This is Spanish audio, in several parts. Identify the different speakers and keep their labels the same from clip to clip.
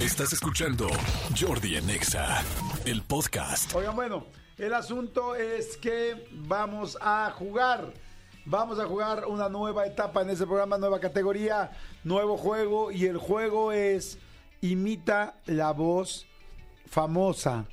Speaker 1: Estás escuchando Jordi en Exa, el podcast.
Speaker 2: Oigan, bueno, el asunto es que vamos a jugar. Vamos a jugar una nueva etapa en este programa, nueva categoría, nuevo juego. Y el juego es imita la voz famosa.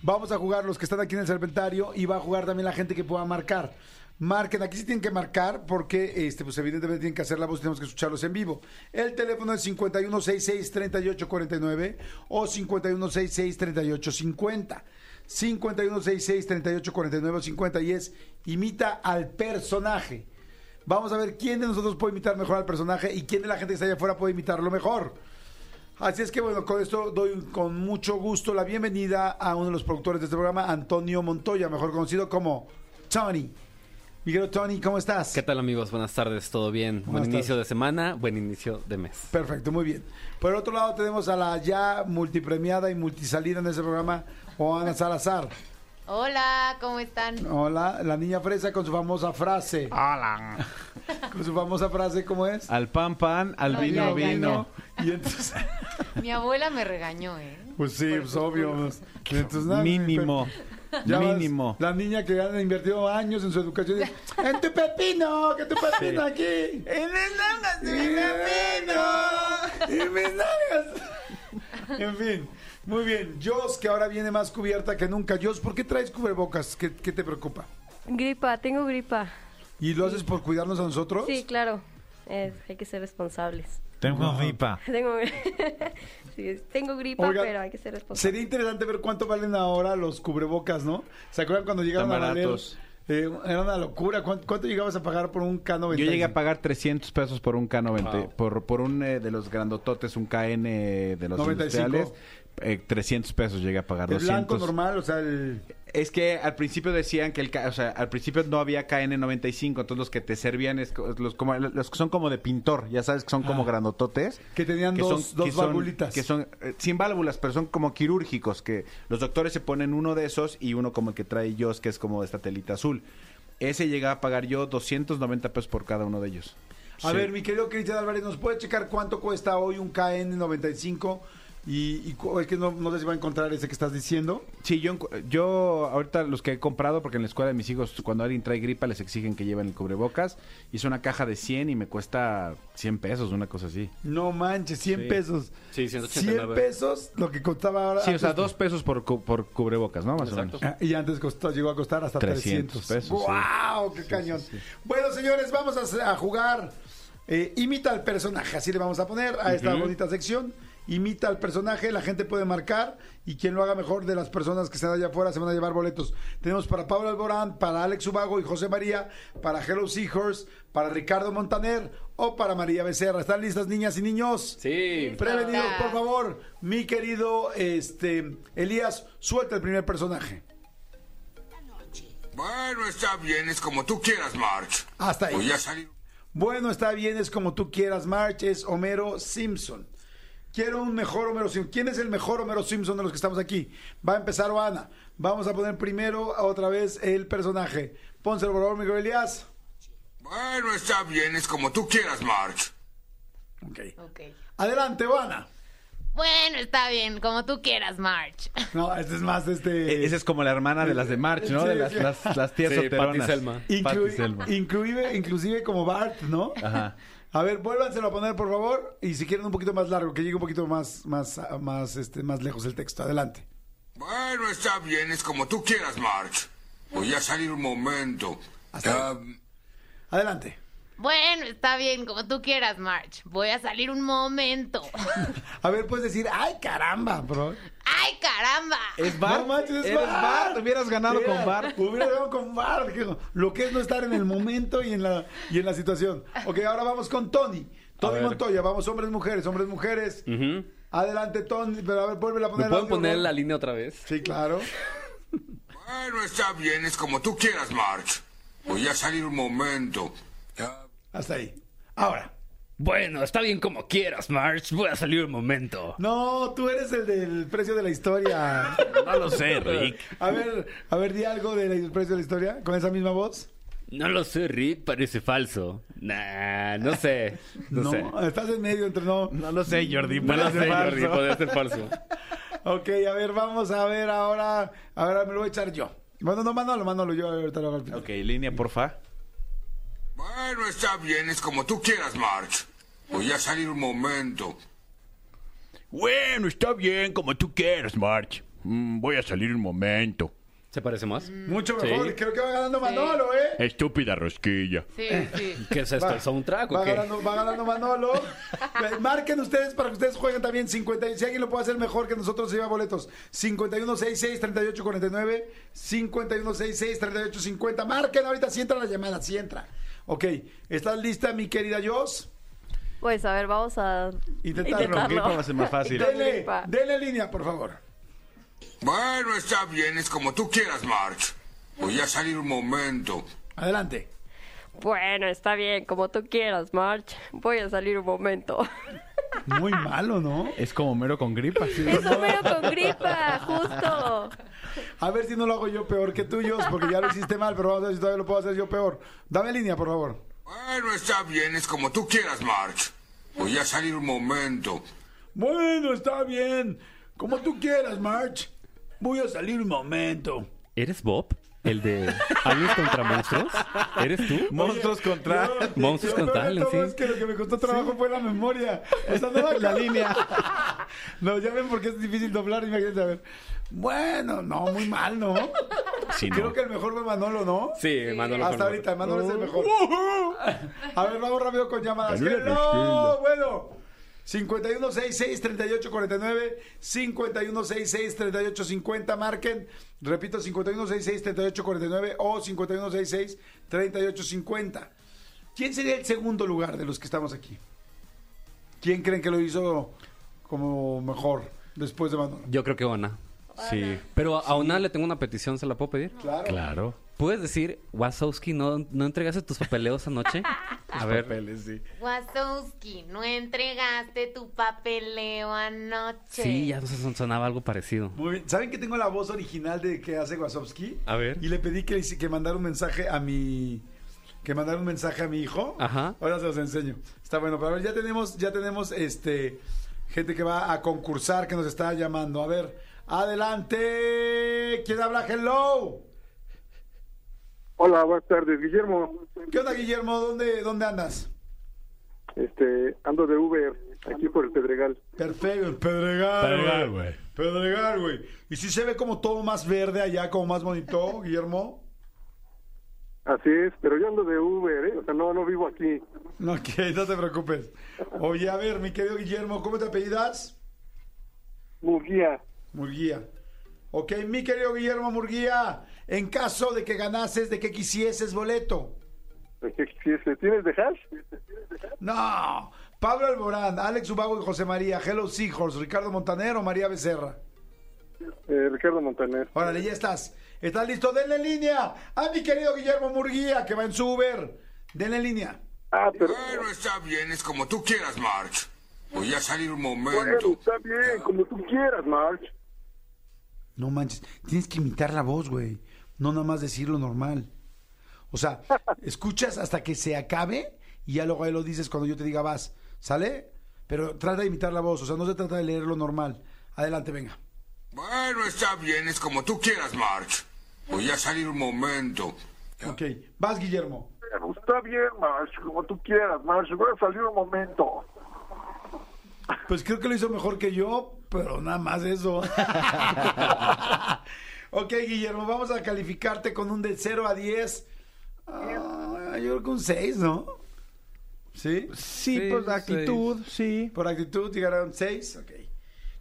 Speaker 2: Vamos a jugar los que están aquí en el serpentario y va a jugar también la gente que pueda marcar. Marquen, aquí sí tienen que marcar porque este, pues evidentemente tienen que hacer la voz y tenemos que escucharlos en vivo. El teléfono es 5166-3849 o 5166-3850. 5166-3849 o 50 y es imita al personaje. Vamos a ver quién de nosotros puede imitar mejor al personaje y quién de la gente que está allá afuera puede imitarlo mejor. Así es que bueno, con esto doy con mucho gusto la bienvenida a uno de los productores de este programa, Antonio Montoya, mejor conocido como Tony. Miguel Tony, ¿cómo estás?
Speaker 3: ¿Qué tal amigos? Buenas tardes, ¿todo bien? buen
Speaker 2: Buenas
Speaker 3: inicio de semana, buen inicio de mes.
Speaker 2: Perfecto, muy bien. Por otro lado tenemos a la ya multipremiada y multisalida en este programa, Juana Salazar.
Speaker 4: Hola, ¿cómo están?
Speaker 2: Hola, la niña fresa con su famosa frase. Con su famosa frase, ¿cómo es?
Speaker 5: Al pan pan, al
Speaker 4: No,
Speaker 5: vino
Speaker 4: ya, ya,
Speaker 5: vino.
Speaker 2: Y entonces,
Speaker 4: Mi abuela me regañó, ¿eh?
Speaker 2: pues sí, pues obvio. pues. Y entonces, nada,
Speaker 5: Mínimo.
Speaker 2: Ya vas,
Speaker 5: Mínimo.
Speaker 2: La niña que ha invertido años en su educación. dice, En tu pepino, que tu pepino aquí. En mis nalgas, en mi pepino. En mis nalgas. En fin, muy bien. Jos, que ahora viene más cubierta que nunca. Jos, ¿por qué traes cubrebocas? ¿Qué, qué te preocupa?
Speaker 6: Gripa, tengo gripa.
Speaker 2: ¿Y lo haces por cuidarnos a nosotros?
Speaker 6: Sí, claro. Eh, hay que ser responsables.
Speaker 5: Tengo ripa.
Speaker 6: Tengo, sí, tengo gripa,
Speaker 2: Oiga,
Speaker 6: pero hay que ser responsables.
Speaker 2: Sería interesante ver cuánto valen ahora los cubrebocas, ¿no? ¿Se acuerdan cuando llegaron
Speaker 5: Están
Speaker 2: a valer?
Speaker 5: baratos.
Speaker 2: Eh, era una locura. ¿Cuánto, cuánto llegabas a pagar por un K95?
Speaker 5: Yo llegué a pagar 300 pesos por un K90,
Speaker 3: Wow.
Speaker 5: por, por un eh, de los grandototes, un KN de los
Speaker 2: 95.
Speaker 5: industriales. Eh, 300 pesos llegué a pagar.
Speaker 2: El blanco
Speaker 5: 200.
Speaker 2: normal, o sea, el...
Speaker 5: Es que al principio decían que el, K- o sea, al principio no había KN95, entonces los que te servían es co- los como los que son como de pintor, ya sabes que son como grandototes.
Speaker 2: Que tenían dos- dos valvulitas.
Speaker 5: que son eh, sin válvulas, pero son como quirúrgicos, que los doctores se ponen uno de esos y uno como el que trae yo, que es como esta telita azul. Ese llegaba a pagar yo 290 pesos por cada uno de ellos.
Speaker 2: A
Speaker 5: Sí.
Speaker 2: ver, mi querido Cristian Álvarez, ¿nos puede checar cuánto cuesta hoy un KN95? Y, y cu- es que no, no sé si va a encontrar ese que estás diciendo.
Speaker 5: Sí, yo, encu- yo ahorita los que he comprado, porque en la escuela de mis hijos, cuando alguien trae gripa, les exigen que lleven el cubrebocas. Hice una caja de 100 y me cuesta 100 pesos, una cosa así.
Speaker 2: No manches, 100
Speaker 3: Sí.
Speaker 2: pesos.
Speaker 3: Sí, 189.
Speaker 2: 100 pesos lo que costaba ahora.
Speaker 5: Sí, o sea,
Speaker 2: antes-
Speaker 5: dos pesos por, cu- por cubrebocas, ¿no? Más
Speaker 3: Exacto.
Speaker 5: o menos.
Speaker 2: Ah, Y antes costó, llegó a costar hasta 300,
Speaker 5: 300 pesos, sí.
Speaker 2: ¡Wow! ¡Qué cañón! Bueno, señores, vamos a, hacer- a jugar eh, Imita al personaje. Así le vamos a poner a esta bonita sección. Imita al personaje, la gente puede marcar y quien lo haga mejor de las personas que están allá afuera se van a llevar boletos. Tenemos para Pablo Alborán, para Alex Ubago y José María, para Hello Seahorse, para Ricardo Montaner o para María Becerra. ¿Están listas niñas y niños?
Speaker 3: Sí,
Speaker 2: Prevenidos, por favor, mi querido este, Elías, suelta el primer personaje.
Speaker 7: Bueno, está bien, es como tú quieras, March.
Speaker 2: Hasta ahí.
Speaker 7: Voy a salir.
Speaker 2: Bueno, está bien, es como tú quieras, March, es Homero Simpson. Quiero un mejor Homero Simpson. ¿Quién es el mejor Homero Simpson de los que estamos aquí? Va a empezar Ana. Vamos a poner primero otra vez el personaje. Pónselo, por favor, Miguel Elías.
Speaker 7: Bueno, está bien, es como tú quieras, March.
Speaker 2: Ok.
Speaker 4: Ok.
Speaker 2: Adelante, Ana.
Speaker 4: Bueno, está bien, como tú quieras, March.
Speaker 2: No, este es más
Speaker 5: E-
Speaker 2: este.
Speaker 5: Esa es como la hermana de las de March, ¿no?
Speaker 2: Sí,
Speaker 5: De las,
Speaker 2: sí.
Speaker 5: las, las tías
Speaker 3: Sí, Patti
Speaker 5: solteronas.
Speaker 3: Selma.
Speaker 2: inclu-
Speaker 5: Patti Selma.
Speaker 2: inclusive, inclusive como Bart, ¿no?
Speaker 5: Ajá.
Speaker 2: A ver, vuélvanselo a poner, por favor. Y si quieren un poquito más largo, que llegue un poquito más, más, más, este, más lejos el texto. Adelante.
Speaker 7: Bueno, está bien, es como tú quieras, March. Voy a salir un momento.
Speaker 2: Hasta
Speaker 7: Ah,
Speaker 2: Adelante.
Speaker 4: Bueno, está bien, como tú quieras, March. Voy a salir un momento.
Speaker 2: A ver, puedes decir, ay, caramba, bro.
Speaker 4: ¡Ay, caramba!
Speaker 2: Eh.
Speaker 5: Es Bart.
Speaker 2: No manches, es
Speaker 5: Eres Bart.
Speaker 2: Bart.
Speaker 5: Hubieras ganado
Speaker 2: Mira,
Speaker 5: con Bart.
Speaker 2: Hubiera ganado con Bart. que- Lo que es no estar en el momento y en la, y en la situación. Ok, ahora vamos con Tony. Tony
Speaker 3: ver.
Speaker 2: Montoya, vamos, hombres, mujeres, hombres, mujeres.
Speaker 3: Ujú.
Speaker 2: Adelante, Tony, pero a ver, vuelve a poner.
Speaker 3: ¿Me
Speaker 2: el
Speaker 3: pueden
Speaker 2: audio,
Speaker 3: poner
Speaker 2: bro.
Speaker 3: la línea otra vez?
Speaker 2: Sí, claro.
Speaker 7: bueno, está bien, es como tú quieras, March. Voy a salir un momento. Ah,
Speaker 2: Hasta ahí. Ahora.
Speaker 8: Bueno, está bien como quieras, Marge. Voy a salir un momento.
Speaker 2: No, tú eres el del precio de la historia.
Speaker 8: No lo sé, Rick.
Speaker 2: A ver, a ver, di algo del precio de la historia con esa misma voz.
Speaker 8: No lo sé, Rick, parece falso. Nah, no sé. No,
Speaker 2: No,
Speaker 8: sé.
Speaker 2: estás en medio entre no.
Speaker 5: No lo sé, Jordi.
Speaker 8: No lo
Speaker 5: parece
Speaker 8: sé,
Speaker 5: falso.
Speaker 8: Jordi, podría ser falso.
Speaker 2: Ok, a ver, vamos a ver ahora. Ahora me lo voy a echar yo. Bueno, no, Manolo, Manolo, yo ahorita lo hago al final.
Speaker 5: Ok, línea, porfa.
Speaker 7: Bueno, está bien, es como tú quieras, March. Voy a salir un momento.
Speaker 9: Bueno, está bien, como tú quieras, March. Mm, voy a salir un momento.
Speaker 3: ¿Se parece más?
Speaker 2: Mucho mejor,
Speaker 3: Sí.
Speaker 2: creo que va ganando Manolo, ¿eh?
Speaker 9: Estúpida rosquilla.
Speaker 4: Sí, sí.
Speaker 3: ¿Qué es esto? ¿El soundtrack o
Speaker 2: Va
Speaker 3: qué?
Speaker 2: ganando, va ganando Manolo. Eh, Marquen ustedes para que ustedes jueguen también. 50, y si alguien lo puede hacer mejor que nosotros, se lleva boletos. 5166-3849. 5166-3850. Marquen ahorita si entra la llamada, si entra. Ok, ¿estás lista, mi querida Jos?
Speaker 6: Pues a ver, vamos a
Speaker 2: Intentarlo.
Speaker 5: Con gripa va a ser más fácil.
Speaker 2: Dele,
Speaker 6: gripa.
Speaker 2: dele línea, por favor.
Speaker 7: Bueno, está bien, es como tú quieras, March. Voy a salir un momento.
Speaker 2: Adelante.
Speaker 6: Bueno, está bien, como tú quieras, March. Voy a salir un momento.
Speaker 2: Muy malo, ¿no?
Speaker 5: Es como mero con gripa.
Speaker 6: Es Homero con gripa, justo.
Speaker 2: A ver si no lo hago yo peor que tú, Jos, porque ya lo hiciste mal, pero vamos a ver si todavía lo puedo hacer yo peor. Dame línea, por favor.
Speaker 7: Bueno, está bien, es como tú quieras, March. Voy a salir un momento.
Speaker 2: Bueno, está bien. Como tú quieras, March. Voy a salir un momento.
Speaker 3: ¿Eres Bob? ¿El de Aliens contra Monstruos? ¿Eres tú?
Speaker 5: Monstruos contra.
Speaker 3: Monstruos
Speaker 2: Lo
Speaker 3: con
Speaker 2: peor de
Speaker 3: talent,
Speaker 2: todo
Speaker 3: sí.
Speaker 2: es que lo que me costó trabajo fue la memoria. O sea, no la línea. No, ya ven por qué es difícil doblar, imagínate, a ver. Bueno, no, muy mal, ¿no?
Speaker 9: Sí,
Speaker 2: Creo
Speaker 9: no.
Speaker 2: que el mejor fue Manolo, ¿no?
Speaker 3: Sí, Manolo.
Speaker 2: Hasta
Speaker 3: Fernández.
Speaker 2: ahorita, Manolo es el mejor. A ver, vamos rápido con llamadas.
Speaker 9: Dale una
Speaker 2: ¡No,
Speaker 9: rosquilla.
Speaker 2: bueno! 5166-3849, 5166-3850, marquen, repito, 5166-3849 o 5166-3850. ¿Quién sería el segundo lugar de los que estamos aquí? ¿Quién creen que lo hizo como mejor después de Manolo?
Speaker 3: Yo creo que Ona.
Speaker 6: Sí.
Speaker 3: Pero a, a Ona le tengo una petición, ¿se la puedo pedir?
Speaker 2: Claro.
Speaker 9: Claro.
Speaker 3: ¿Puedes decir, Wazowski, no, no entregaste tus papeleos anoche? A ver.
Speaker 4: Wazowski, no entregaste tu papeleo anoche.
Speaker 3: Sí, ya son- sonaba algo parecido.
Speaker 2: Muy bien. ¿Saben que tengo la voz original de que hace Wasowski?
Speaker 3: A ver.
Speaker 2: Y le pedí que, le hice- que mandara un mensaje a mi. Que mandara un mensaje a mi hijo.
Speaker 3: Ajá.
Speaker 2: Ahora se los enseño. Está bueno, pero a ver, ya tenemos, ya tenemos este. Gente que va a concursar, que nos está llamando. A ver, adelante. ¿Quién habla? Hello.
Speaker 10: Hola, buenas tardes, Guillermo.
Speaker 2: ¿Qué onda, Guillermo? ¿Dónde, dónde andas?
Speaker 10: Este, ando de Uber aquí por el Pedregal.
Speaker 2: Perfecto, el Pedregal.
Speaker 9: Pedregal, güey.
Speaker 2: Pedregal, güey. ¿Y si se ve como todo más verde allá, como más bonito, Guillermo?
Speaker 10: Así es, pero yo ando de Uber, ¿eh? o sea, no, no vivo aquí.
Speaker 2: No, Ok, no te preocupes. Oye, a ver, mi querido Guillermo, ¿cómo te apellidas?
Speaker 10: Murguía.
Speaker 2: Murguía. Ok, mi querido Guillermo Murguía, en caso de que ganases, de que quisieses boleto.
Speaker 10: ¿De Pues, qué quisiste? ¿Tienes de hash?
Speaker 2: No. Pablo Alborán, Alex Ubago y José María, Hello Seahorse, Ricardo Montanero, María Becerra.
Speaker 10: Eh, Ricardo Montaner.
Speaker 2: Órale, ya estás. ¿Estás listo? Denle línea a mi querido Guillermo Murguía, que va en su Uber. Denle línea.
Speaker 10: Ah, pero...
Speaker 7: Bueno, está bien, es como tú quieras, March. Voy a salir un
Speaker 10: Bueno,
Speaker 7: momento.
Speaker 10: está bien, como tú quieras, March.
Speaker 2: No manches, tienes que imitar la voz, güey. No nada más decir lo normal. O sea, escuchas hasta que se acabe y ya luego ahí lo dices cuando yo te diga vas. ¿Sale? Pero trata de imitar la voz, o sea, no se trata de leer lo normal. Adelante, venga.
Speaker 7: Bueno, está bien, es como tú quieras, March. Voy a salir un momento.
Speaker 2: Ok, vas, Guillermo.
Speaker 10: Bueno, está bien, March, como tú quieras, March. Voy a salir un momento.
Speaker 2: Pues creo que lo hizo mejor que yo, pero nada más eso. ok, Guillermo, vamos a calificarte con un de 0 a 10. Ah, yo creo que un 6, ¿no? ¿Sí?
Speaker 5: Sí,
Speaker 3: Sí,
Speaker 5: pues actitud, sí.
Speaker 2: Por actitud llegaron seis. Ok.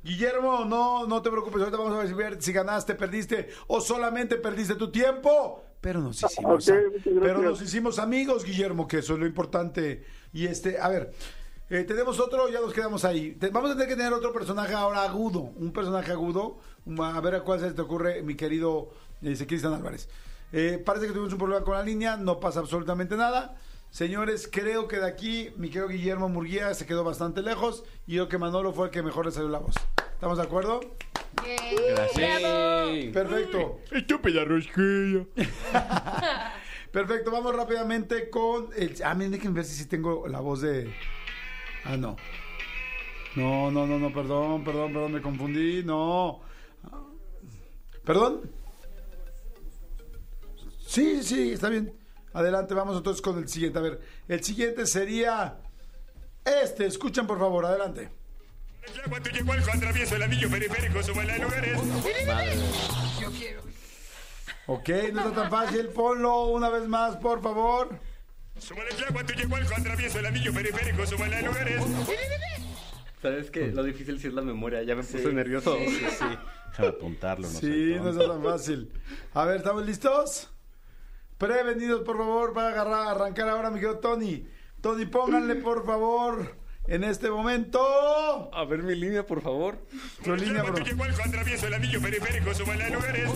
Speaker 2: Guillermo, no, no te preocupes. Ahorita vamos a ver si ganaste, perdiste o solamente perdiste tu tiempo. Pero nos hicimos,
Speaker 10: Ok,
Speaker 2: a-
Speaker 10: muchas gracias.
Speaker 2: pero nos hicimos amigos, Guillermo, que eso es lo importante. Y este, a ver, eh, tenemos otro, ya nos quedamos ahí. Te- vamos a tener que tener otro personaje ahora agudo, un personaje agudo. Un- A ver a cuál se te ocurre, mi querido eh, dice Cristian Álvarez. Eh, parece que tuvimos un problema con la línea, no pasa absolutamente nada. Señores, creo que de aquí mi querido Guillermo Murguía se quedó bastante lejos y yo que Manolo fue el que mejor le salió la voz. ¿Estamos de acuerdo?
Speaker 4: Yay.
Speaker 3: Sí.
Speaker 2: Perfecto.
Speaker 9: Estúpida rosquilla.
Speaker 2: Perfecto, vamos rápidamente con el. Ah, miren, déjenme ver si sí tengo la voz de. Ah, no. No, no, no, no, perdón, perdón, perdón, me confundí, no. ¿Perdón? Sí, sí, está bien. Adelante, vamos entonces con el siguiente. A ver, el siguiente sería este. Escuchen, por favor, adelante.
Speaker 9: atraviesa el anillo periférico, sube la lugares.
Speaker 2: Ok, no está tan fácil. Ponlo una vez más, por favor.
Speaker 9: Súbale el tu yegualco, atraviesa el anillo periférico, súbale a lugares.
Speaker 11: Sabes que lo difícil sí es la memoria, ya me puse nervioso. Sí, sí.
Speaker 5: Déjame apuntarlo, no
Speaker 2: Sí,
Speaker 5: soy
Speaker 2: no
Speaker 5: tonto.
Speaker 2: está tan fácil. A ver, ¿estamos listos? Prevenidos, por favor, para agarrar, arrancar ahora, mi querido Tony. Tony, pónganle, por favor, en este momento.
Speaker 11: A ver mi línea, por favor.
Speaker 2: Tu línea, bro.
Speaker 9: Tu yegualco, atraviesa el anillo periférico, súbale a lugares.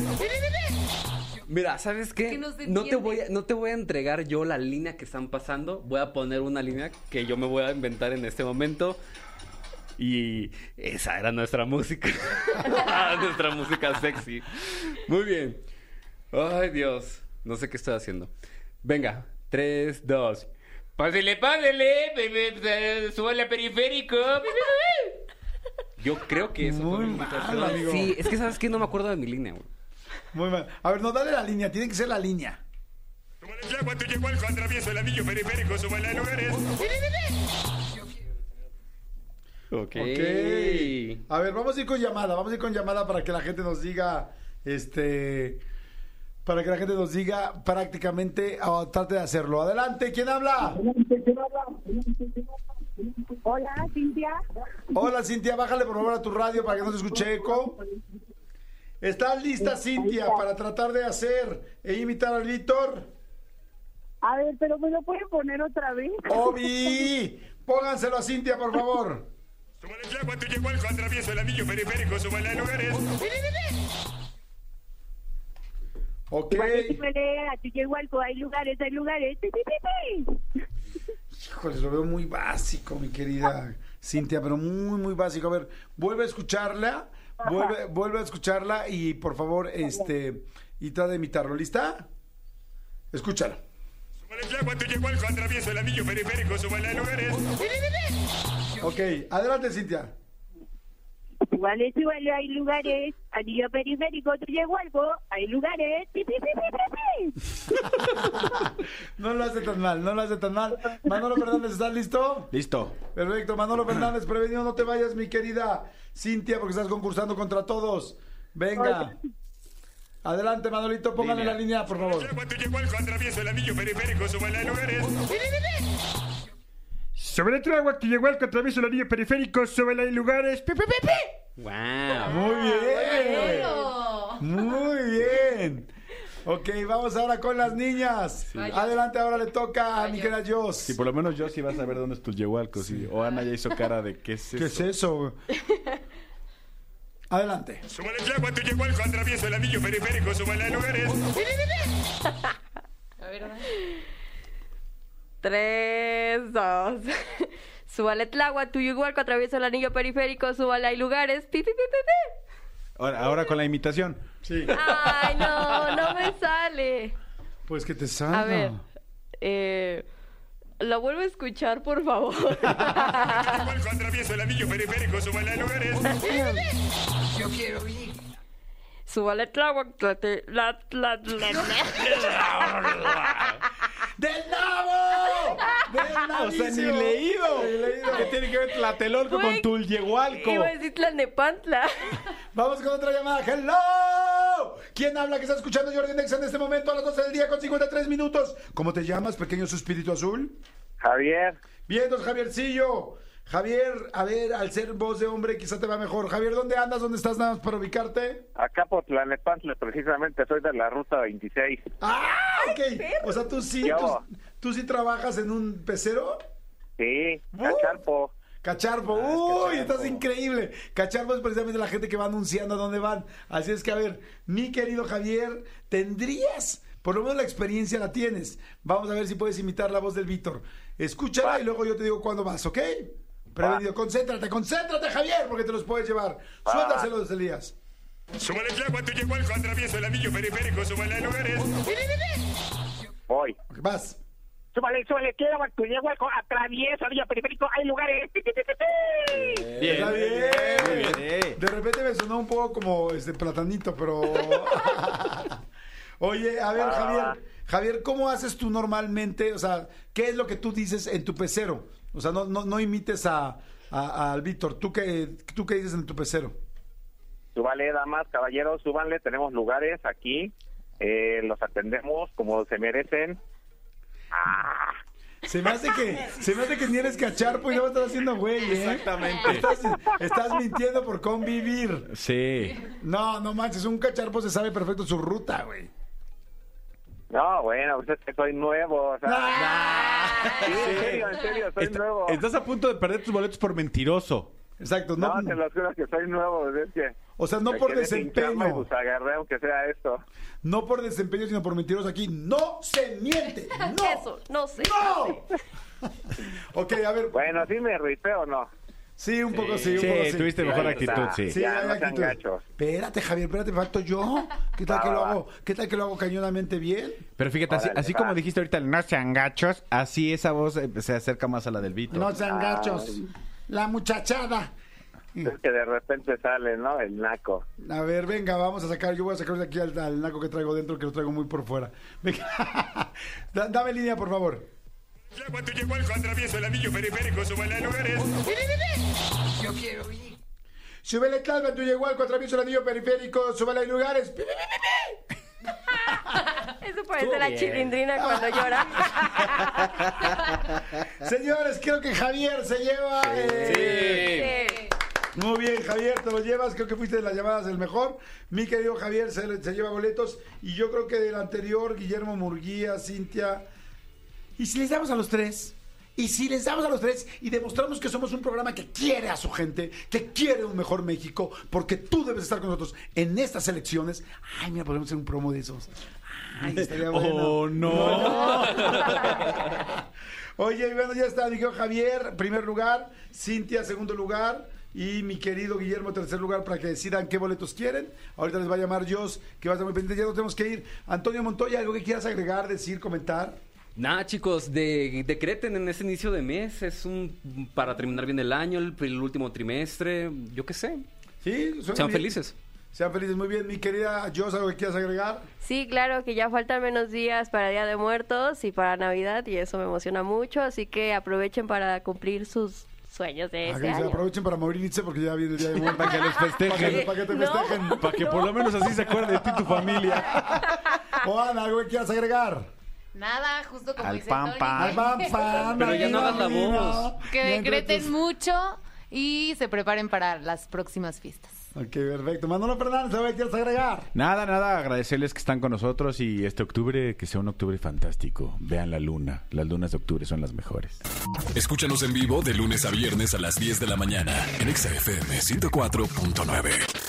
Speaker 3: Mira, ¿sabes qué?
Speaker 12: Que nos
Speaker 3: no, te
Speaker 12: defiende.
Speaker 3: voy a, no te voy a entregar yo la línea que están pasando. Voy a poner una línea que yo me voy a inventar en este momento. Y esa era nuestra música. Ah, nuestra música sexy. Muy bien. Ay, Dios. No sé qué estoy haciendo. Venga, tres, dos.
Speaker 8: Pásele, pásele, bebé, súbale a periférico.
Speaker 3: Yo creo que eso fue
Speaker 2: Muy
Speaker 3: mi
Speaker 2: mal,
Speaker 3: invitación.
Speaker 2: amigo.
Speaker 3: Sí, es que sabes que no me acuerdo de mi línea, güey.
Speaker 2: Muy mal. A ver, no, dale la línea, tiene que ser la línea.
Speaker 9: Súbale el agua, tu yegualco, atraviesa el anillo periférico, súbale a lugares.
Speaker 3: Ok.
Speaker 2: Ok. A ver, vamos a ir con llamada, vamos a ir con llamada para que la gente nos diga, este, para que la gente nos diga prácticamente, o trate de hacerlo. Adelante, ¿quién habla?
Speaker 13: Hola, Cintia.
Speaker 2: Hola, Cintia, bájale por favor a tu radio para que no se escuche eco. ¿Estás lista, Cintia, para tratar de hacer e imitar al Víctor?
Speaker 13: A ver, pero me lo pueden poner otra vez.
Speaker 2: ¡Obi! Pónganselo a Cintia, por favor.
Speaker 9: Súbale el agua, tu yegualco, atraviesa el anillo periférico, súbale a lugares.
Speaker 2: Ok.
Speaker 13: Hay lugares, hay lugares.
Speaker 2: Híjole, lo veo muy básico, mi querida Cintia, pero muy, muy básico. A ver, vuelve a escucharla, vuelve, vuelve a escucharla y por favor, este, y trata de imitarlo. ¿Lista? Escúchala.
Speaker 9: Súbale el agua, tu yegualco, atraviesa el anillo periférico, súbale a lugares.
Speaker 2: Ok, adelante, Cintia.
Speaker 13: Iguales, iguales, hay lugares. Anillo periférico, te llegó algo. Hay lugares. Pi, pi, pi, pi, pi, pi.
Speaker 2: No lo hace tan mal, no lo hace tan mal. Manolo Fernández, ¿estás listo?
Speaker 5: Listo.
Speaker 2: Perfecto, Manolo Fernández, prevenido, no te vayas, mi querida Cintia, porque estás concursando contra todos. Venga. Adelante, Manolito, póngale la línea, por favor.
Speaker 9: Agua, tu yegualco, atraviesa el anillo periférico, súbale a lugares.
Speaker 14: Sobre el agua que llegó al que atraviesa el anillo periférico, sobre hay lugares. ¡Pi, pi, pi, pi!
Speaker 3: Wow.
Speaker 2: Muy bien.
Speaker 12: Manolo.
Speaker 2: Muy bien. Ok, vamos ahora con las niñas. Adelante, ahora le toca a mi querida Joss.
Speaker 5: Si por lo menos yo sí vas a ver dónde es tu yegualco. sí. O Ana ya hizo cara de qué es eso.
Speaker 2: ¿Qué es eso? Adelante.
Speaker 9: Súbale el agua, tu yegualco, atraviesa el anillo periférico, súbale a lugares.
Speaker 12: A ver, ahora.
Speaker 6: Tres, dos. Súbale Tlagua, tu yugualco atraviesa el anillo periférico, súbale hay lugares. Pi, pi, pi, pi,
Speaker 5: Ahora, ahora con la imitación.
Speaker 2: Sí.
Speaker 6: pi. Ay, no, no me sale.
Speaker 2: Pues que te
Speaker 5: Ah,
Speaker 2: salga.
Speaker 6: A ver, eh, lo vuelvo a escuchar, por favor.
Speaker 9: Yegualco, atraviesa el anillo periférico, súbale a lugares.
Speaker 7: Yo quiero ir.
Speaker 6: Súbale Tlagua, tla, te- la, la, la, la.
Speaker 2: ¡Del nabo! ¡Del nabo!
Speaker 5: O sea, ni leído. ¿Qué tiene que ver Tlatelolco con
Speaker 6: Güey,
Speaker 5: tu yegualco?
Speaker 6: Iba a decir Tlalnepantla.
Speaker 2: Vamos con otra llamada. ¡Hello! ¿Quién habla que está escuchando Jordi Nexa en este momento a las 12 del día con 53 minutos? ¿Cómo te llamas, pequeño suspirito azul?
Speaker 15: Javier,
Speaker 2: Bien, entonces, Javiercillo. Javier, a ver, al ser voz de hombre quizá te va mejor. Javier, ¿dónde andas? ¿Dónde estás nada más para ubicarte?
Speaker 15: acá por Tlanepantla, precisamente soy de la ruta 26.
Speaker 2: ¡Ah! Ok. O sea, tú sí,
Speaker 15: Ya va.
Speaker 2: tú, tú sí trabajas en un pecero.
Speaker 15: Sí, Cacharpo.
Speaker 2: Cacharpo,
Speaker 15: Ah,
Speaker 2: uy,
Speaker 15: es Cacharpo.
Speaker 2: estás increíble. Cacharpo es precisamente la gente que va anunciando a dónde van. Así es que, a ver, mi querido Javier, tendrías, por lo menos la experiencia la tienes. Vamos a ver si puedes imitar la voz del Víctor. Escúchala y luego yo te digo cuándo vas, ¿ok? Prevenido, concéntrate, concéntrate, Javier, porque te los puedes llevar. Suéltaselos, Elías.
Speaker 9: Súbale el agua, tu yegualco, atraviesa el anillo periférico, súbale a lugares.
Speaker 15: Voy.
Speaker 2: Vas.
Speaker 13: Súbale, súbale, quiero tu yegua, atraviesa vía periférico, hay lugares. pi, pi, pi, pi, pi.
Speaker 2: Está bien. De repente me sonó un poco como este platanito, pero. Oye, a ver, Javier, Javier, ¿cómo haces tú normalmente? O sea, ¿qué es lo que tú dices en tu pecero? O sea, no, no, no imites a, a- al Víctor. ¿Tú qué, ¿Tú qué dices en tu pecero?
Speaker 15: Súbale, damas, caballeros, súbanle. Tenemos lugares aquí. Eh, los atendemos como se merecen.
Speaker 2: Se me hace que, se me hace que ni eres cacharpo y no estás haciendo güey, ¿eh?
Speaker 5: Exactamente.
Speaker 2: Estás, estás mintiendo por convivir.
Speaker 5: Sí.
Speaker 2: No, no manches, un cacharpo se sabe perfecto su ruta, güey.
Speaker 15: No, bueno, pues es que soy nuevo. O sea, Sí, en serio, en serio, soy nuevo.
Speaker 5: Estás a punto de perder tus boletos por mentiroso.
Speaker 2: Exacto,
Speaker 15: No, te lo juro que soy nuevo. Es que
Speaker 2: O sea, no
Speaker 15: me
Speaker 2: por
Speaker 15: quedé sin chamba y,
Speaker 2: desempeño.
Speaker 15: Pues agarré aunque sea esto.
Speaker 2: No por desempeño, sino por mentirosos aquí. ¡No se miente! ¡No!
Speaker 6: Eso, no sé.
Speaker 2: ¡No! ok, a ver.
Speaker 15: Bueno, sí me irrité o no.
Speaker 2: Sí, un poco sí,
Speaker 5: Sí.
Speaker 2: un poco
Speaker 5: Sí, tuviste mejor actitud, sí.
Speaker 2: Sí,
Speaker 15: Ya,
Speaker 2: hay
Speaker 15: no sean
Speaker 2: actitud.
Speaker 15: gachos.
Speaker 2: Espérate, Javier, espérate, ¿me falto yo. ¿Qué tal
Speaker 15: Va,
Speaker 2: que lo
Speaker 15: va,
Speaker 2: hago? ¿Qué tal que lo hago cañonamente bien?
Speaker 5: Pero fíjate, así,
Speaker 15: Órale,
Speaker 5: así
Speaker 15: va.
Speaker 5: como dijiste ahorita, el no sean gachos, así esa voz eh, se acerca más a la del Vito.
Speaker 2: No sean gachos. La muchachada.
Speaker 15: Es que de repente sale, ¿no? El naco.
Speaker 2: A ver, venga, vamos a sacar. Yo voy a sacar de aquí al, al naco que traigo dentro, que lo traigo muy por fuera. Venga. Da- Dame línea, por favor.
Speaker 9: Cuando llegó el atravieso el anillo periférico, súbale a lugares.
Speaker 13: Yo quiero ir.
Speaker 2: Súbele calma, tú llegó al atravieso el anillo periférico, súbele hay lugares. Pi, pi, pi, pi.
Speaker 6: Eso parece la chilindrina cuando llora.
Speaker 2: Señores, creo que Javier se lleva. eh, Muy bien, Javier, te lo llevas. Creo que fuiste de las llamadas el mejor. Mi querido Javier se, se lleva boletos. Y yo creo que del anterior, Guillermo Murguía, Cintia. ¿Y si les damos a los tres? Y si les damos a los tres y demostramos que somos un programa que quiere a su gente, que quiere un mejor México, porque tú debes estar con nosotros en estas elecciones. Ay, mira, podemos hacer un promo de esos. Ay, estaría bueno.
Speaker 5: Oh, no.
Speaker 2: Oye, bueno, ya está, mi querido Javier, primer lugar, Cintia, segundo lugar, y mi querido Guillermo, tercer lugar, para que decidan qué boletos quieren. Ahorita les va a llamar Dios, que va a estar muy pendiente, ya nos tenemos que ir. Antonio Montoya, ¿algo que quieras agregar, decir, comentar?
Speaker 3: Nada, chicos, de, decreten en ese inicio de mes. Es un para terminar bien el año, el, el último trimestre, yo qué sé.
Speaker 2: Sí, suena
Speaker 3: Sean
Speaker 2: bien.
Speaker 3: felices.
Speaker 2: Sean felices, muy bien, mi querida Dios, ¿algo que quieras agregar?
Speaker 6: Sí, claro que ya faltan menos días para Día de Muertos y para Navidad y eso me emociona mucho, así que aprovechen para cumplir sus sueños de
Speaker 2: Ah,
Speaker 6: este
Speaker 2: que se
Speaker 6: año.
Speaker 2: aprovechen para morirse porque ya viene el día de muerte.
Speaker 5: Para que los festejen.
Speaker 2: Para que, para que te
Speaker 6: No,
Speaker 2: festejen.
Speaker 5: Para que por lo menos así se acuerde de ti tu familia.
Speaker 2: Juan, ¿algo que quieras agregar?
Speaker 4: Nada, justo como
Speaker 5: Al
Speaker 4: dice
Speaker 5: pan,
Speaker 4: Tony.
Speaker 5: pan.
Speaker 2: Al pan, pan,
Speaker 3: Pero ya
Speaker 2: amigo,
Speaker 3: no hagas la
Speaker 2: amigo.
Speaker 3: voz.
Speaker 4: Ah. Que
Speaker 2: Ya entre
Speaker 4: decreten
Speaker 2: tus-
Speaker 4: mucho y se preparen para las próximas fiestas.
Speaker 2: Ok, perfecto. Manolo Fernández, ¿algo que quieras agregar?
Speaker 5: Nada, nada, agradecerles que están con nosotros y este octubre que sea un octubre fantástico. Vean la luna, las lunas de octubre son las mejores.
Speaker 1: Escúchanos en vivo de lunes a viernes a las 10 de la mañana en Exa FM 104.9.